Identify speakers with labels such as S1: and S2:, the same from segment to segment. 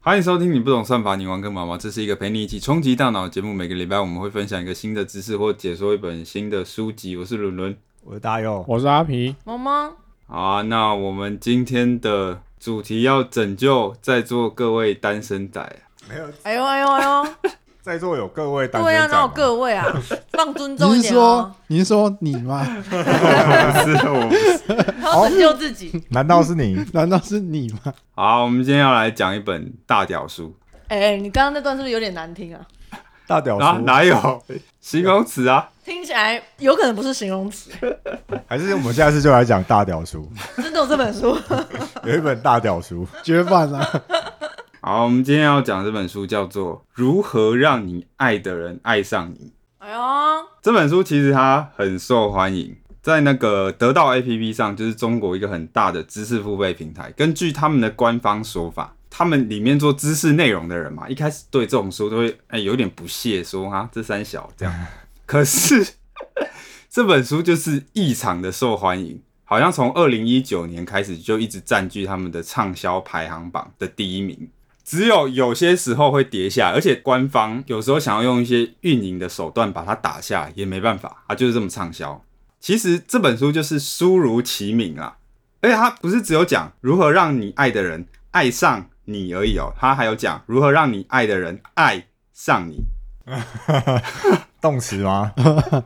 S1: 欢迎收听《你不懂算法，你玩个毛毛》。这是一个陪你一起冲击大脑的节目。每个礼拜我们会分享一个新的知识或解说一本新的书籍。我是伦伦。
S2: 我是大佑，
S3: 我是阿皮，
S4: 萌萌，
S1: 好啊，那我们今天的主题要拯救在座各位单身仔。
S2: 没有
S4: 哎呦哎呦哎呦，
S2: 在座有各位单
S4: 对呀，
S2: 身仔
S4: 哪有
S2: 吗
S4: 各 位啊，放尊重
S3: 你是
S4: 一点
S3: 说
S4: 哦，
S3: 你是说你吗？
S1: 不是我不是。
S4: 他要拯救自
S3: 哦
S4: 己。
S2: 难道是你？
S3: 难道是你吗？
S1: 好，我们今天要来讲一本大屌书。
S4: 哎，你刚刚那段是不是有点难听啊？
S2: 大屌
S1: 啊，
S2: 叔
S1: 哪有形容词啊？
S4: 听起来有可能不是形容 词。
S2: 还是我们下次就来讲大屌叔？
S4: 真的有这本书？
S2: 有一本大屌叔，
S3: 绝版啊！
S1: 好，我们今天要讲这本书叫做《如何让你爱的人爱上你》。
S4: 哎呦，
S1: 这本书其实它很受欢迎，在那个得到 APP 上，就是中国一个很大的知识付费平台。根据他们的官方说法，他们里面做知识内容的人嘛，一开始对这种书都会哎、有点不屑说，哈这三小这样。可是这本书就是异常的受欢迎，好像从二零一九年开始就一直占据他们的畅销排行榜的第一名。只有有些时候会跌下，而且官方有时候想要用一些运营的手段把它打下，也没办法，它就是这么畅销。其实这本书就是书如其名啊，而且它不是只有讲如何让你爱的人爱上你而已哦，它还有讲如何让你爱的人爱上你。
S2: 动词吗？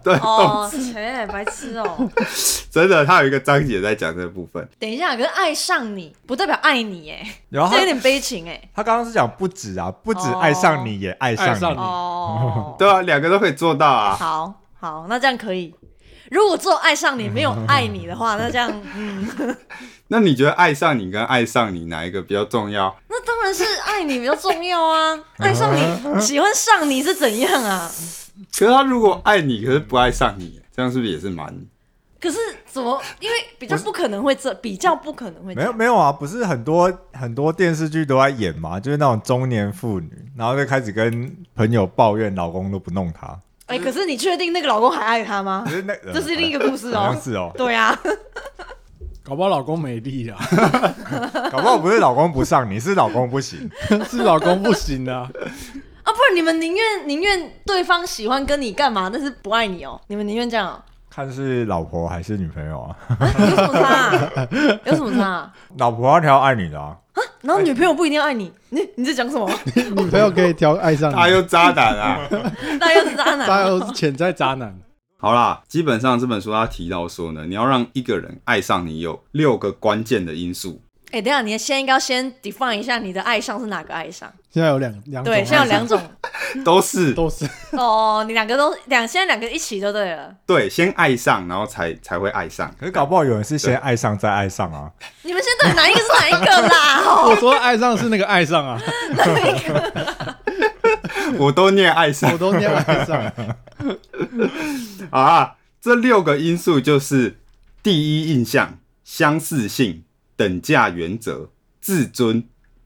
S1: 对，
S4: 哦，切，白痴哦！
S1: 真的，它有一个章节在讲这部分。
S4: 等一下，可是爱上你不代表爱你哎，
S2: 然后
S4: 这有
S2: 他
S4: 点悲情哎。
S2: 他刚刚是讲不止啊，不止
S4: 哦
S2: 爱上你，也爱上
S3: 爱上
S2: 你
S3: 你。
S4: 哦，
S1: 对啊，两个都可以做到啊。
S4: 好好，那这样可以。如果只有爱上你，没有爱你的 话，那这样，嗯，
S1: 那你觉得爱上你跟爱上你哪一个比较重要？
S4: 那当然是爱你比较重要啊。爱上你，喜欢上你是怎样啊？
S1: 可是他如果爱你，可是不爱上你，这样是不是也是蛮？
S4: 可是怎么？因为比较不可能会这，比较不可能会这
S2: 没有
S4: 样。
S2: 没有啊，不是很多很多电视剧都在演嘛，就是那种中年妇女，然后就开始跟朋友抱怨老公都不弄她，
S4: 哎、可是你确定那个老公还爱她吗
S2: 可？是那
S4: 这是另一个故事
S2: 好
S4: 哦
S2: 像。是哦，
S4: 对啊，
S3: 搞不好老公没力啊，
S2: 搞不好不是老公不上你，是老公不行。
S3: 是老公不行 啊。
S4: 啊，不然你们宁愿宁愿对方喜欢跟你干嘛，但是不爱你哦，你们宁愿这样、哦？
S2: 看是老婆还是女朋友啊？
S4: 有什么差、 啊？有什么差、啊？
S2: 老婆要挑爱你的啊，
S4: 然后女朋友不一定要爱你，你你在 讲什么？
S3: 女朋友可以挑爱上
S1: 他
S3: 你，
S1: 又渣男啊！
S4: 那又是渣男。
S3: 渣又是潜在渣男，
S1: 好啦，基本上这本书它提到说呢，你要让一个人爱上你有六个关键的因素。
S4: 哎、等一下，你先应该要先 define 一下你的爱上是哪个爱上？
S3: 现在有两两种
S4: 对，
S3: 爱上，
S4: 现在有两种
S1: 都是
S3: 都是
S4: 哦，你两个都两，现在两个一起就对了。
S1: 对，先爱上，然后才才会爱上。
S2: 可是搞不好有人是先爱上再爱上啊。
S4: 你们现在到底哪一个是哪一个啦？哦
S3: 我说的爱上是那个爱上啊，
S1: 我都念爱上
S3: 我都念爱上，
S1: 啊！这六个因素就是第一印象、相似性、等价原则、自尊、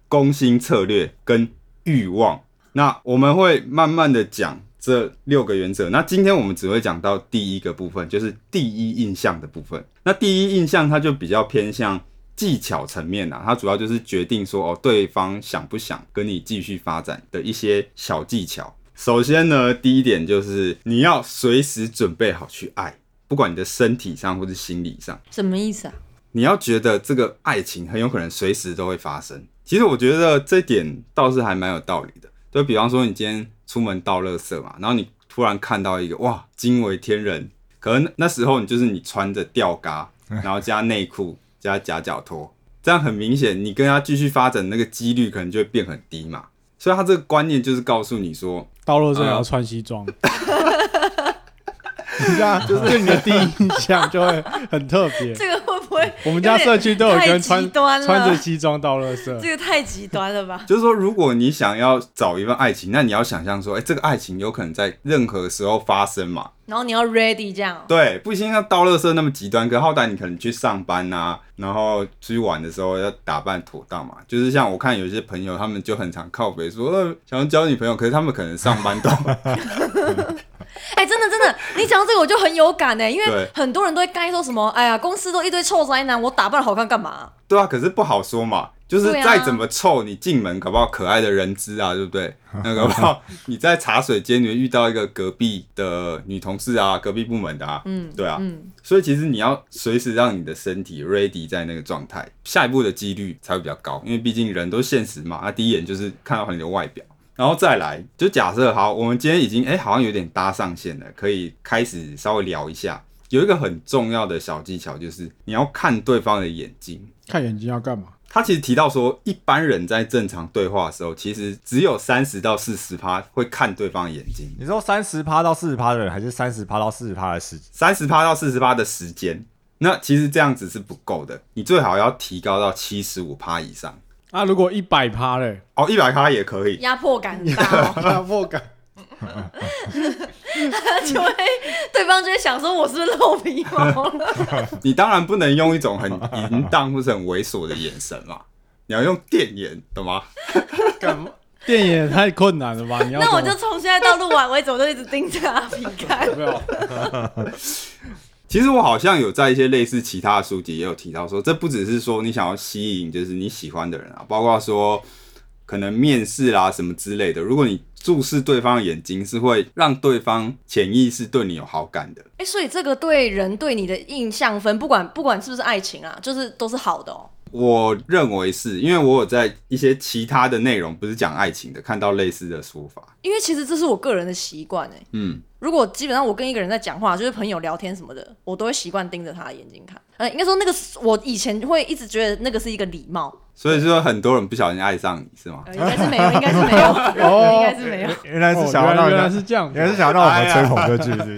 S1: 攻心策略跟欲望。那我们会慢慢的讲这六个原则。那今天我们只会讲到第一个部分，就是第一印象的部分。那第一印象它就比较偏向技巧层面啊，它主要就是决定说哦，对方想不想跟你继续发展的一些小技巧。首先呢，第一点就是你要随时准备好去爱，不管你的身体上或是心理上。
S4: 什么意思啊？
S1: 你要觉得这个爱情很有可能随时都会发生。其实我觉得这点倒是还蛮有道理的。就比方说，你今天出门倒垃圾嘛，然后你突然看到一个哇，惊为天人。可能那时候你就是你穿着吊嘎，然后加内裤加夹脚拖，这样很明显，你跟他继续发展那个几率可能就会变很低嘛。所以他这个观念就是告诉你说，
S3: 到落这也要穿西装。 你这样对你的第一印象就会很特别。
S4: 这个会不会？
S3: 我们家社区都有
S4: 太
S3: 跟
S4: 极
S3: 穿
S4: 端了
S3: 穿着西装到垃圾，
S4: 这个太极端了吧？
S1: 就是说，如果你想要找一份爱情，那你要想象说，哎、这个爱情有可能在任何时候发生嘛。
S4: 然后你要 ready 这样哦、
S1: 对，不一定要倒垃圾那么极端，可好歹你可能去上班啊，然后出去玩的时候要打扮妥当嘛。就是像我看有些朋友，他们就很常靠北说，呃，想要交女朋友，可是他们可能上班都
S4: 哎、真的真的，你讲到这个我就很有感欸呢、因为
S1: 对
S4: 很多人都会该说什么，哎呀，公司都一堆臭宅男，我打扮得好看干嘛？
S1: 对啊，可是不好说嘛。就是
S4: 对啊
S1: 再怎么臭，你进门搞不好可爱的人知啊，对不 对？那搞不好你在茶水间你会遇到一个隔壁的女同事啊，隔壁部门的啊，
S4: 嗯，
S1: 对啊。
S4: 嗯，
S1: 所以其实你要随时让你的身体 ready 在那个状态，下一步的几率才会比较高，因为毕竟人都现实嘛，啊，第一眼就是看到你的外表，然后再来就假设好，我们今天已经哎、好像有点搭上线了，可以开始稍微聊一下。有一个很重要的小技巧就是你要看对方的眼睛。
S3: 看眼睛要干嘛？
S1: 他其实提到说，一般人在正常对话的时候，其实只有三十到四十趴会看对方的眼睛，
S2: 你说三十趴到四十趴的人，还是三十趴到四十趴的时机？
S1: 三十趴到四十趴的时间。那其实这样子是不够的，你最好要提高到七十五趴以上
S3: 啊，如果一百趴 嘞，
S1: 哦，一百趴也可以。
S4: 压迫感很大、 哦，
S3: 压迫感。
S4: 就会对方就会想说我是不是露皮毛了？
S1: 你当然不能用一种很淫荡或是很猥琐的眼神嘛，你要用电眼，懂吗？
S3: 干嘛？ 电影也太困难了吧？你要
S4: 那我
S3: 怎
S4: 就
S3: 么
S4: 从现在到录完为止，我就一直盯着阿皮 看。
S3: 没有
S1: 其实我好像有在一些类似其他的书籍也有提到说，这不只是说你想要吸引就是你喜欢的人啊，包括说可能面试啦、什么之类的。如果你注视对方的眼睛，是会让对方潜意识对你有好感的。
S4: 哎、所以这个对人对你的印象分，不管不管是不是爱情啊，就是都是好的哦。
S1: 我认为是因为我有在一些其他的内容，不是讲爱情的，看到类似的说法。
S4: 因为其实这是我个人的习惯哎。
S1: 嗯，
S4: 如果基本上我跟一个人在讲话，就是朋友聊天什么的，我都会习惯盯着他的眼睛看。呃，应该说那个是我以前会一直觉得那个是一个礼貌，
S1: 所以说很多人不小心爱上你是吗？
S4: 呃、应该是没有，应该是没有，应该是没有，
S2: 原来是
S3: 哦
S2: 想要让
S3: 原来原来
S2: 人家，
S3: 是这样 子，
S2: 原来是想要让我们吹捧这句，是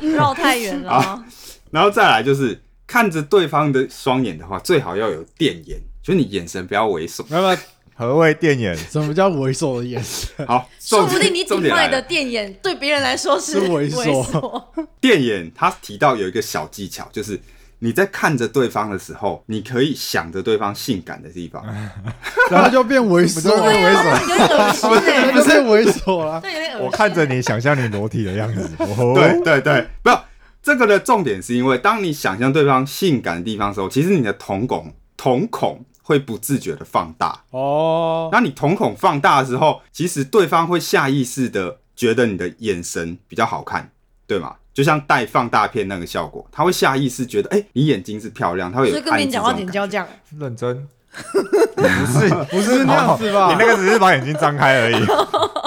S2: 不 是？
S4: 绕太远了哦。
S1: 然后再来就是看着对方的双眼的话，最好要有电眼，就是你眼神不要猥琐。
S3: 没有没有，
S2: 何谓电眼？
S3: 什么叫猥琐的眼神？
S1: 好，
S4: 说
S1: 重
S4: 不定你
S1: 重
S4: 顶
S1: 点来
S4: 坏
S1: 了
S4: 的电眼对别人来说是
S3: 是猥琐
S4: 琐。
S1: 电眼他提到有一个小技巧，就是你在看着对方的时候，你可以想着对方性感的地方。
S3: 然后就变猥
S2: 不是
S3: 琐
S2: 会猥
S3: 了，
S2: 琐？
S4: 啊有点恶心哎、
S3: 不是猥琐啊啦。
S4: 对，有点恶 心。
S2: 我看着你，想象你裸体的样子。哦
S1: 对，对对，没有这个的重点是因为，当你想象对方性感的地方的时候，其实你的瞳孔瞳孔会不自觉的放大。
S3: 哦，
S1: 那你瞳孔放大的时候，其实对方会下意识的觉得你的眼神比较好看，对吗？就像戴放大片那个效果，他会下意识觉得，哎、你眼睛是漂亮，他会有
S4: 所以跟别人
S1: 暗自
S4: 讲话
S1: 哎这种
S4: 点就要这样，
S2: 认真。 不是不
S3: 是那样子吧
S2: 你那个只是把眼睛张开而已。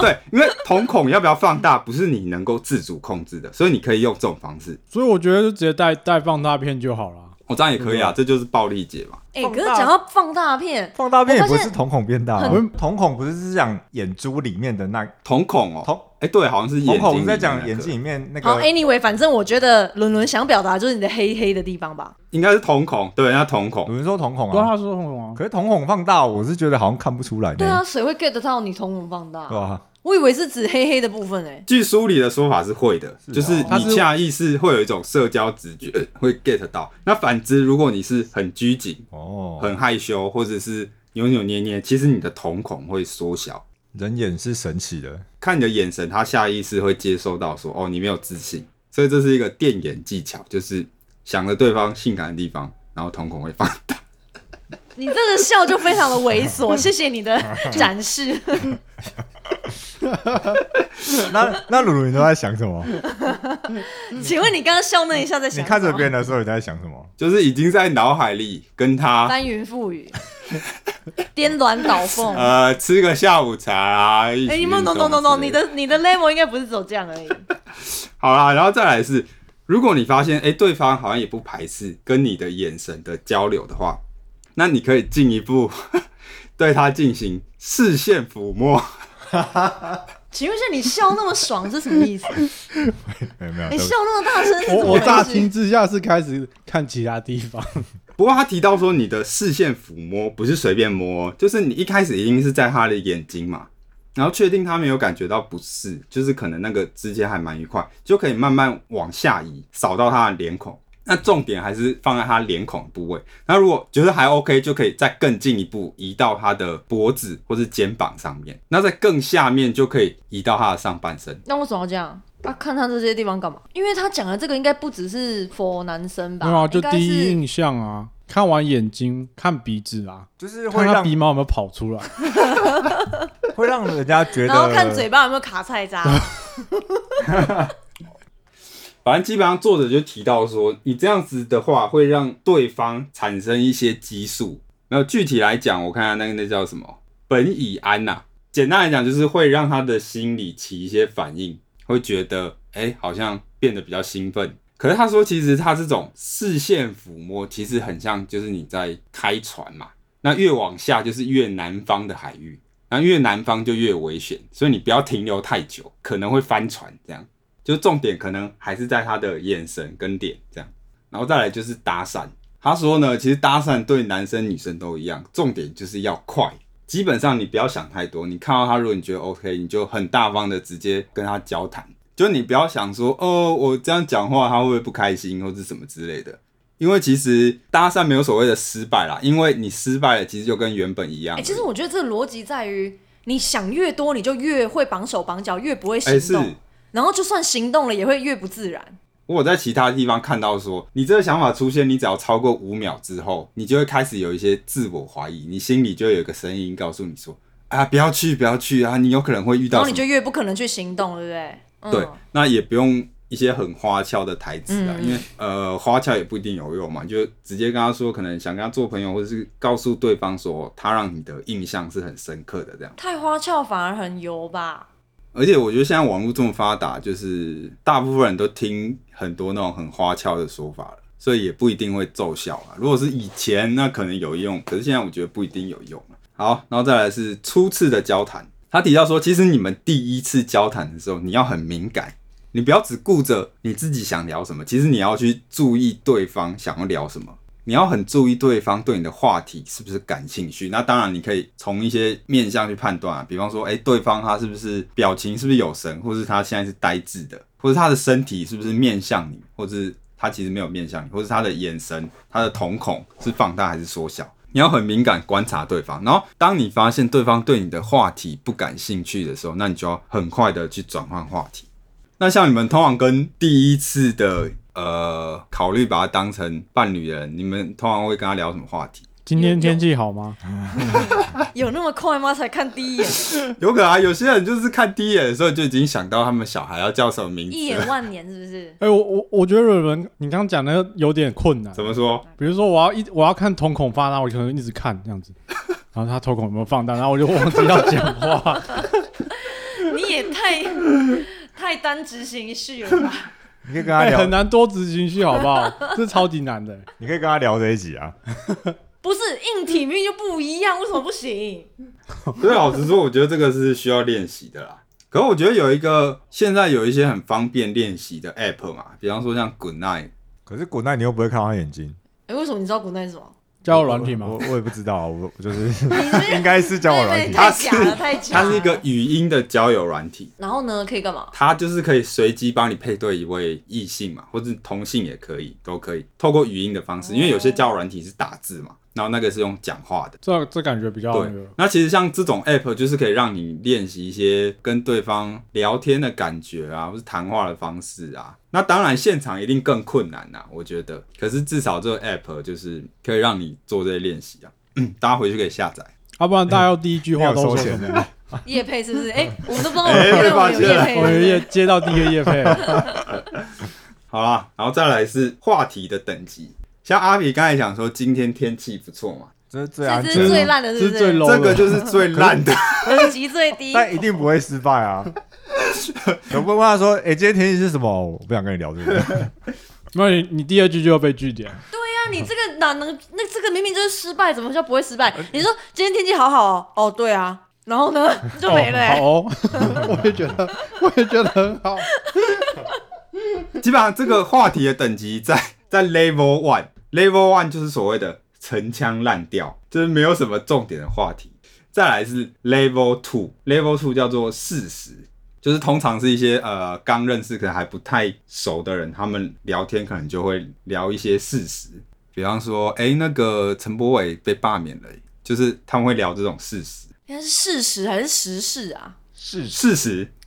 S1: 对，因为瞳孔要不要放大，不是你能够自主控制的，所以你可以用这种方式。
S3: 所以我觉得就直接带带放大片就好了。
S1: 哦，这样也可以
S4: 嗯
S1: 啊，这就是暴力解嘛。
S4: 哎、
S2: 放
S4: 可
S2: 大
S4: 是讲到放大片，
S2: 放大片也
S4: 我发
S2: 不
S4: 现
S2: 哎是瞳孔变大，啊
S3: 很
S2: 我们瞳孔不是是讲眼珠里面的那
S1: 瞳孔哦，
S2: 瞳
S1: 哎、对，好像是眼睛
S2: 瞳
S1: 里面那个。
S2: 孔，我们在讲眼睛里面哎那
S4: 好
S2: 个。
S4: ，anyway，反正我觉得伦伦想表达就是你的黑黑的地方吧。
S1: 应该是瞳孔，对，那瞳孔
S2: 有人说瞳孔
S3: 不知道
S2: 啊，
S3: 他说什么
S2: 可是瞳孔放大，我是觉得好像看不出来
S4: 对
S2: 呢，
S4: 啊，谁会 get 得到你瞳孔放大？
S2: 对啊吧？
S4: 我以为是指黑黑的部分哎、
S1: 据书里的说法是会的，
S2: 是哦
S1: 就是
S3: 它是
S1: 你下意识会有一种社交直觉呃会 get 到。那反之，如果你是很拘谨、
S2: 哦，
S1: 很害羞，或者是扭扭捏捏，其实你的瞳孔会缩小。
S2: 人眼是神奇的，
S1: 看你的眼神，他下意识会接收到说哦，你没有自信，所以这是一个电眼技巧，就是想着对方性感的地方，然后瞳孔会放 大。
S4: 你这个笑就非常的 猥琐，谢谢你的展示。
S2: 那那鲁鲁你都在想什么？
S4: 请问你刚刚笑那一下在想什
S2: 你
S4: 么？
S2: 看着别人的时候你在想什么？
S1: 就是已经在脑海里跟他
S4: 翻云覆雨，颠鸾倒 凤。哎、
S1: 呃吃个下午茶啊，一起
S4: 你们
S1: 运
S4: 懂
S1: 动
S4: 懂
S1: 之
S4: 懂懂，
S1: 类
S4: 你的你的 level 应该不是走这样而已。
S1: 好啦，然后再来是，如果你发现哎、诶对方好像也不排斥跟你的眼神的交流的话，那你可以进一步 对他进行视线抚摸。
S4: 请问一下，你笑那么爽是什么 意思？
S2: 没有没有，
S4: 你
S2: 对不
S4: 笑
S2: 起
S4: 那么大声是
S3: 嗯
S4: 怎
S3: 我
S4: 么
S3: 我乍
S4: 回
S3: 听
S4: 事？
S3: 之下是开始看其他地方，
S1: 不过他提到说，你的视线抚摸不是随便摸哦，就是你一开始一定是在他的眼睛嘛，然后确定他没有感觉到不适，就是可能那个之间还蛮愉快，就可以慢慢往下移，扫到他的脸孔。那重点还是放在他脸孔的部位。那如果觉得还 OK，就可以再更进一步移到他的脖子或是肩膀上面。那在更下面就可以移到他的上半身。
S4: 那为什么要这样？啊，看他这些地方干嘛？因为他讲的这个应该不只是 for 男生吧？
S3: 没有啊，就
S4: 应该
S3: 第一
S4: 是
S3: 印象啊，看完眼睛，看鼻子啊，
S2: 就是会
S3: 看他
S2: 让
S3: 鼻毛有没有跑出来。
S2: 会让人家觉
S4: 然后
S2: 得，
S4: 看嘴巴有没有卡菜 渣。
S1: 反正基本上作者就提到说，你这样子的话会让对方产生一些激素。然后具体来讲，我看下那个那叫什么苯乙胺呐、简单来讲就是会让他的心理起一些反应，会觉得哎、诶好像变得比较兴奋。可是他说，其实他这种视线抚摸其实很像就是你在开船嘛，那越往下就是越南方的海域，那越南方就越危险，所以你不要停留太久，可能会翻船这样。就重点可能还是在他的眼神跟脸这样，然后再来就是搭讪。他说呢，其实搭讪对男生女生都一样，重点就是要快。基本上你不要想太多，你看到他，如果你觉得 OK，你就很大方的直接跟他交谈，就你不要想说哦，我这样讲话他会不会不开心或者什么之类的。因为其实搭讪没有所谓的失败啦，因为你失败了，其实就跟原本一样而
S4: 哎、
S1: 已。
S4: 其实我觉得这个逻辑在于，你想越多，你就越会绑手绑脚，越不会
S1: 哎、
S4: 行
S1: 是
S4: 动。然后就算行动了，也会越不自然。
S1: 我有在其他地方看到说，你这个想法出现，你只要超过五秒之后，你就会开始有一些自我怀疑，你心里就会有一个声音告诉你说：“啊，不要去，不要去啊，你有可能会遇
S4: 然
S1: 到
S4: 后
S1: 什
S4: 你
S1: 么。
S4: 就越不可能去行动，对不对？哦嗯、
S1: 对，那也不用一些很花俏的台词啊，
S4: 嗯
S1: 因为呃花俏也不一定有用嘛，你就直接跟他说，可能想跟他做朋友，或者是告诉对方说他让你的印象是很深刻的这样。
S4: 太花俏反而很油吧？
S1: 而且我觉得现在网络这么发达，就是大部分人都听很多那种很花俏的说法了，所以也不一定会奏效啊。如果是以前，那可能有用，可是现在我觉得不一定有用啊好，然后再来是初次的交谈，他提到说，其实你们第一次交谈的时候，你要很敏感，你不要只顾着你自己想聊什么，其实你要去注意对方想要聊什么。你要很注意对方对你的话题是不是感兴趣。那当然，你可以从一些面向去判断啊，比方说，哎、对方他是不是表情是不是有神，或是他现在是呆滞的，或是他的身体是不是面向你，或是他其实没有面向你，或是他的眼神、他的瞳孔是放大还是缩小。你要很敏感观察对方，然后当你发现对方对你的话题不感兴趣的时候，那你就要很快的去转换话题。那像你们通常跟第一次的呃考虑把他当成伴侣的人，你们通常会跟他聊什么话题？
S3: 今天天气好吗？
S4: 有那么快吗？才看 第一眼，
S1: 有可能、啊、有些人就是看第一眼的时候就已经想到他们小孩要叫什么名
S4: 一
S1: 字
S4: 眼
S1: 了。
S4: 万年是不是？
S3: 哎、我我我觉得有人你刚刚讲的有点困难。
S1: 怎么说？
S3: 比如说我要一我要看瞳孔放大，我可能一直看这样 子，然后他瞳孔有没有放大，然后我就忘记要讲话。
S4: 你也太 太单执行一绪了吧？
S2: 你可以跟他
S3: 哎
S2: 聊
S3: 很，难多执情绪，好不好？ 这超级难的、欸
S2: 你可以跟他聊这一集啊。
S4: 不是硬体命就不一样，为什么不行？
S1: 所以啊老实说，我觉得这个是需要练习的啦。可我觉得有一个现在有一些很方便练习的 app 嘛，比方说像 Good Night，
S2: 可是古奈你又不会看到他眼睛，
S4: 哎、为什么你知道古代 是什么？
S3: 交友软体嘛
S2: 我，我我也不知道啊，我我就是
S4: 你这
S2: 应该是交友软
S4: 妹妹
S2: 体。
S4: 太假了，太假
S1: 它
S4: 了。
S1: 是一个，语音的交友软体，
S4: 然后呢，可以干嘛？
S1: 它就是可以随机帮你配对一位异性嘛，或是同性也可以，都可以透过语音的方式，因为有些交友软体是打字嘛，然后那个是用讲话的。
S3: 这这感觉比较那
S1: 对
S3: 个，
S1: 那其实像这种 app 就是可以让你练习一些跟对方聊天的感觉啊，或是谈话的方式啊。那当然现场一定更困难啦、我觉得。可是至少这个 app 就是可以让你做这些练习啊， 嗯，大家回去可以下载。
S3: 要、啊不然大家要第一句话
S2: 没有
S3: 都说
S2: 收钱
S3: 什么？
S4: 叶配是不是？哎、我们都不知道我
S1: 哎
S4: 们
S1: 被发
S4: 有
S1: 现
S4: 叶
S1: 了
S4: 配
S3: 啊我
S4: 对不
S3: 也
S4: 对。
S3: 接到第一个叶配了，
S1: 好啦，然后再来是话题的等级。像阿比刚才讲说，今天天气不错嘛，
S2: 这是最安
S4: 这
S2: 全
S4: 啊是
S2: 的，
S4: 最烂的，
S3: 这
S4: 是
S3: 是
S4: 不
S3: 最
S4: 是？
S1: 这
S3: low
S1: 个
S3: 的。
S1: 就是最烂的。
S4: 等 级最低。
S2: 但一定不会失败 啊。我不问他说：“哎、今天天气是什么？我不想跟你聊这个。
S3: 没有你，你第二句就要被拒点。
S4: 那啊你这个哪能？那这个明明就是失败，怎么叫不会失败？你说今天天气好好哦，哦对啊，然后呢就没了、
S3: 哦
S4: 欸
S3: 好哦，我也觉得，我也觉得很好。
S1: 基本上这个话题的等级在 在 level one，level one 就是所谓的陈腔滥调，就是没有什么重点的话题。再来是 level two，level two 叫做事实，就是通常是一些呃刚认识可能还不太熟的人，他们聊天可能就会聊一些事实，比方说，哎、那个陈柏伟被罢免了，就是他们会聊这种事实，
S4: 应该是事实还是时事啊？
S1: 事实，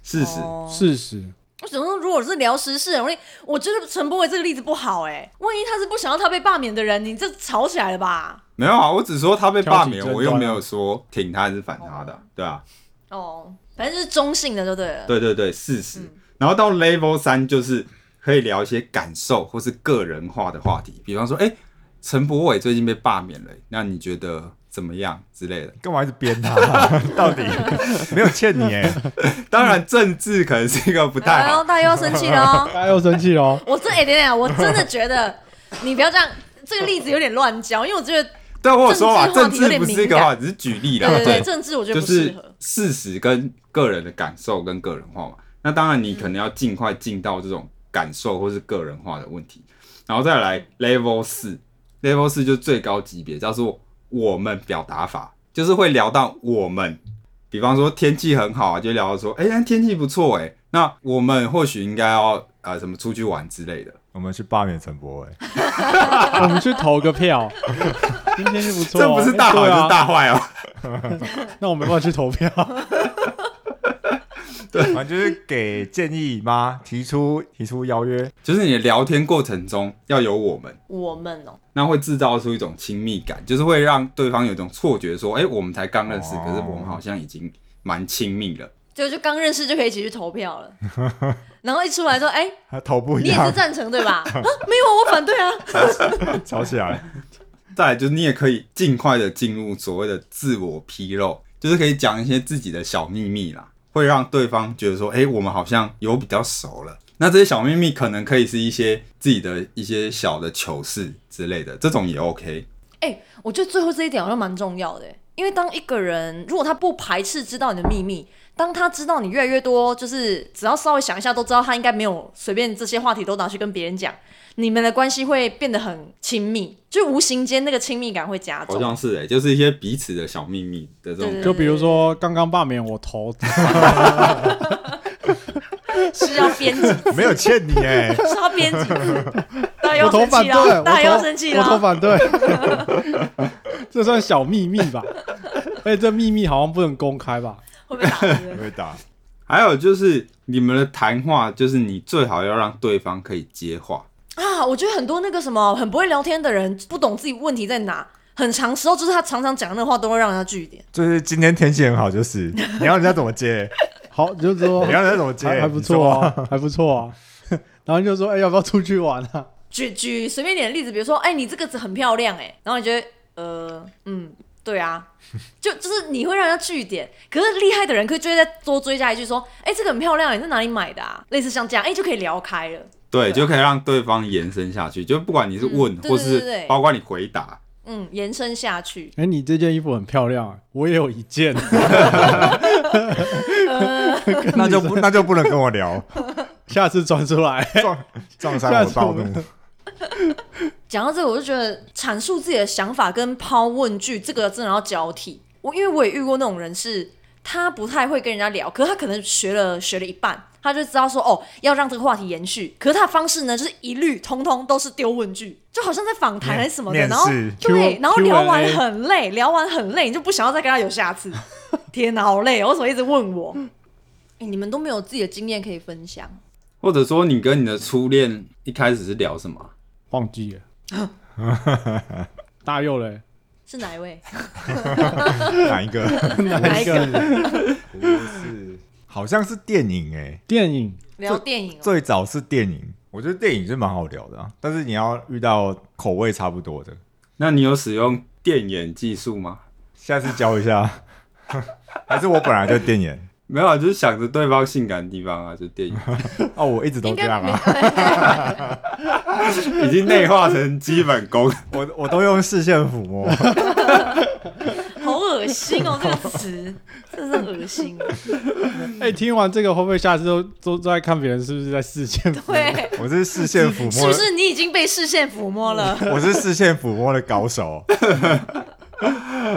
S1: 事实。
S4: 哦
S3: 事实，
S4: 我想说，如果是聊时事，很容易，我觉得陈柏伟这个例子不好哎、万一他是不想要他被罢免的人，你这吵起来了吧？
S1: 没有啊，我只说他被罢免
S3: 挑起争，端啊
S1: 我又没有说挺他还是反他的，对啊，
S4: 哦，反正就是中性的就对了。
S1: 对对对，事
S4: 嗯
S1: 实。然后到 Level 三就是可以聊一些感受或是个人化的话题，比方说，哎、陈柏伟最近被罢免了，那你觉得怎么样之类的？
S2: 干嘛一直编他？ 到底没有欠你哎、
S1: 当然，政治可能是一个不太
S4: 嗯哎呦，
S1: 好，
S4: 大家又要生气了哦！
S3: 大家又生气了 哦，
S4: 我真哎、等一下，我真的觉 得你不要这样，这个例子有点乱教，因为 我觉得
S1: 但我有说嘛，
S4: 政
S1: 政
S4: 治话题有
S1: 治
S4: 点
S1: 不是一个
S4: 敏感
S1: 话，只是举例啦，
S4: 对对对，政治我觉
S1: 啊
S4: 得
S1: 就
S4: 不适
S1: 是
S4: 合。
S1: 事实跟个人的感受跟个人化嘛。那当然，你可能要尽快进到这种感受或是个人化的问题，然后再
S3: 嗯
S1: 来 level 四，level 四就是最高级别，叫做我们表达法，就是会聊到我们，比方说天气很好啊，就聊到说，哎、那天气不错哎、那我们或许应该要呃什么出去玩之类的，
S2: 我们去罢免陈柏伟，
S3: 我们去投个票，今天是不错
S1: 这
S3: 哦，
S1: 不是大好
S3: 哎对
S1: 就
S3: 啊
S1: 是大坏哦、
S3: 那我没办法去投 票，
S2: 反正就是给建议吗？提出提出邀约，
S1: 就是你的聊天过程中要有我们。
S4: 我们哦、
S1: 那会制造出一种亲密感，就是会让对方有一种错觉，说，哎、我们才刚认识，
S2: 哦
S1: 可是我们好像已经蛮亲密了。
S4: 就就刚认识就可以一起去投票 了，然后一出来说，哎、
S2: 他头不一
S4: 你也是
S2: 样，
S4: 赞成 对吧？啊，没有啊，我反对啊。
S2: 吵起来。
S1: 再来就是你也可以尽快的进入所谓的自我披露，就是可以讲一些自己的小秘密啦，会让对方觉得说，哎、我们好像有比较熟了。那这些小秘密可能可以是一些自己的一些小的糗事之类的，这种也 OK。
S4: 哎、我觉得最后这一点好像蛮重要的欸，因为当一个人如果他不排斥知道你的秘密，当他知道你越来越多，就是只要稍微想一下都知道他应该没有随便这些话题都拿去跟别人讲，你们的关系会变得很亲密，就无形间那个亲密感会加
S1: 好
S4: 重。
S1: 像是哎、就是一些彼此的小秘密的这种
S4: 对
S3: 就比如说刚刚罢免我投，
S4: 是要编 辑，
S2: 没有欠你哎、
S4: 是要编辑，大
S3: 我
S4: 家要
S3: 投
S4: 生
S3: 反
S4: 气
S3: 对，我
S4: 了，
S3: 投
S4: 大家要生气
S3: 我投
S4: 了。
S3: 反 对，这算小秘密吧？哎，这秘密好像不能公开吧？
S4: 会被打是不是
S2: 会打
S1: 还有就是你们的谈话，就是你最好要让对方可以接话。
S4: 啊！我觉得很多那个什么很不会聊天的人，不懂自己问题在哪，很长时候就是他常常讲的那话都会让人家据点。
S2: 就是今天天气很好，就是你要人家怎么接，
S3: 好，就是说
S2: 你要人家怎么接，
S3: 还还不
S2: 你
S3: 错
S2: 说啊。
S3: 啊，还不错啊。然后就说，哎，要不要出去玩啊？
S4: 举举随便一点的例子，比如说，哎、你这个字很漂亮、哎，然后你觉得，呃，嗯，对啊，就就是你会让人家据点。可是厉害的人可以就会再多追加一句说，哎、这个很漂亮、你在哪里买的啊？类似像这样，哎、就可以聊开了。
S1: 对，
S4: 对啊
S1: 就可以让对方延伸下去，就不管你是问，
S4: 嗯对
S1: 或
S4: 对对
S1: 是
S4: 对
S1: 包括你回答，
S4: 嗯，延伸下去，
S3: 哎，你这件衣服很漂亮，啊我也有一件。
S4: 呃
S2: 那就不那就不能跟我聊，
S3: 下次转出来，
S2: 撞撞衫我暴怒。
S4: 讲到这个，我就觉得阐述自己的想法跟抛问句这个真的要交替。我因为我也遇过那种人是，他不太会跟人家聊，可是他可能学了学了一半，他就知道说哦要让这个话题延续，可是他的方式呢就是一律通通都是丢问句，就好像在访谈还是什么的，
S2: 面
S4: 然后
S2: 面
S3: 试
S4: 对
S3: Q-，
S4: 然后聊完
S3: Q&A
S4: 很累，聊完很累，你就不想要再跟他有下次。天哪，好累哦，为什么一直问我？ 哎、你们都没有自己的经验可以分享。
S1: 或者说你跟你的初恋一开始是聊什么？
S3: 忘记 了。大佑嘞，
S4: 是哪一位？
S2: 哪一个？
S4: 哪一个？
S2: 不是，好像是电影哎、
S3: 电影
S4: 聊电影、哦。
S2: 最早是电影，我觉得电影是蛮好聊的、啊，但是你要遇到口味差不多的，
S1: 那你有使用电眼技术吗？
S2: 下次教一下。 还是我本来就电影
S1: 没有啊，就是想着对方性感的地方啊，就电影
S2: 哦，我一直都
S4: 应
S2: 这
S4: 该
S2: 样
S4: 没
S2: 啊，
S1: 已经内化成基本功。
S2: 我我都用视线抚摸。
S4: 好恶心哦，这个词真的是很 恶心。
S3: 哎、听完这个会不会下次都都在看别人是不是在视 线？
S4: 对，
S2: 我是视线抚
S4: 是
S2: 摸
S4: 不，是你已经被视线抚摸了？
S2: 我是视线抚摸的高手，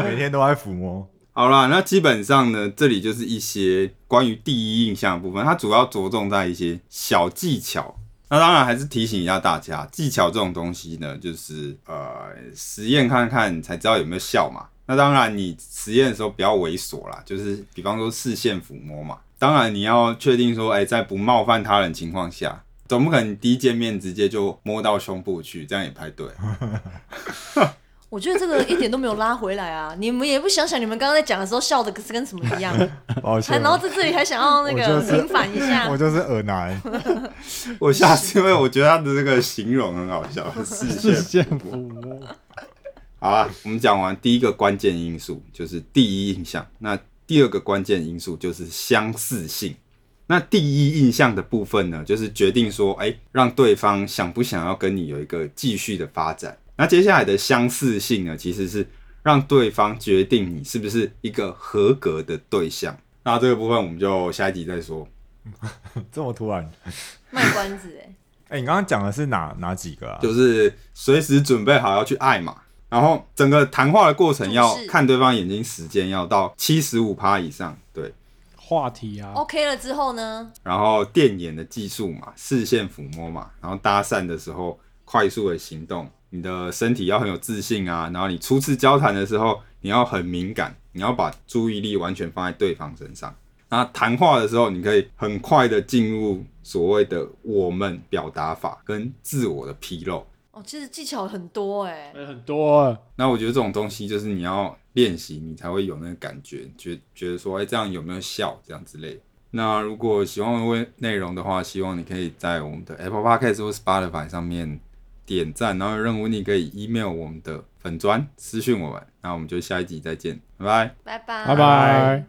S2: 每天都在抚摸。
S1: 好啦，那基本上呢，这里就是一些关于第一印象的部分，它主要着重在一些小技巧。那当然还是提醒一下大家，技巧这种东西呢，就是呃实验看看才知道有没有效嘛。那当然，你实验的时候不要猥琐啦，就是比方说视线抚摸嘛，当然你要确定说，哎、在不冒犯他人情况下，总不可能第一见面直接就摸到胸部去，这样也不太对。啊
S4: 我觉得这个一点都没有拉回来啊！ 你们也不想想，你们刚刚在讲的时候笑的是跟什么一 样，
S2: 抱
S4: 还
S2: 歉，
S4: 然后在这里还想要
S2: 啊
S4: 那
S2: 我就
S4: 个
S2: 是
S4: 平反一 下
S2: 我，就是耳男，
S1: 我下次因为我觉得他的这个形容很好笑，视
S3: 视
S1: 线。
S3: 线 抚摸，
S1: 好啦，我们讲完第一个关键因素就是第一印象，那第二个关键因素就是相似性。那第一印象的部分呢，就是决定说，哎、让对方想不想要跟你有一个继续的发展。那接下来的相似性呢，其实是让对方决定你是不是一个合格的对象。那这个部分我们就下一集再说。
S2: 这么突然。
S4: 卖关 子哎、
S2: 哎、你刚刚讲的是哪哪几个啊？
S1: 就是随时准备好要去爱嘛。然后整个谈话的过程要
S4: 注视
S1: 看对方眼睛，时间要到七十五趴以上，对。
S3: 话题啊，
S4: OK 了之后呢，
S1: 然后电眼的技术嘛，视线抚摸嘛，然后搭讪的时候快速的行动，你的身体要很有自信啊。然后你初次交谈的时候，你要很敏感，你要把注意力完全放在对方身上。那谈话的时候，你可以很快的进入所谓的我们表达法跟自我的披露。
S4: 哦，其实技巧很多哎、
S3: 哎很多欸
S1: 那我觉得这种东西就是你要练习，你才会有那个感觉，觉觉得说，哎、这样有没有效，这样之类的。那如果喜欢我的内容的话，希望你可以在我们的 Apple Podcast 或 Spotify 上面点赞，然后有任务你可以 email 我们的粉砖私讯我们。那我们就下一集再见，拜拜。
S4: 拜拜，
S3: 拜拜。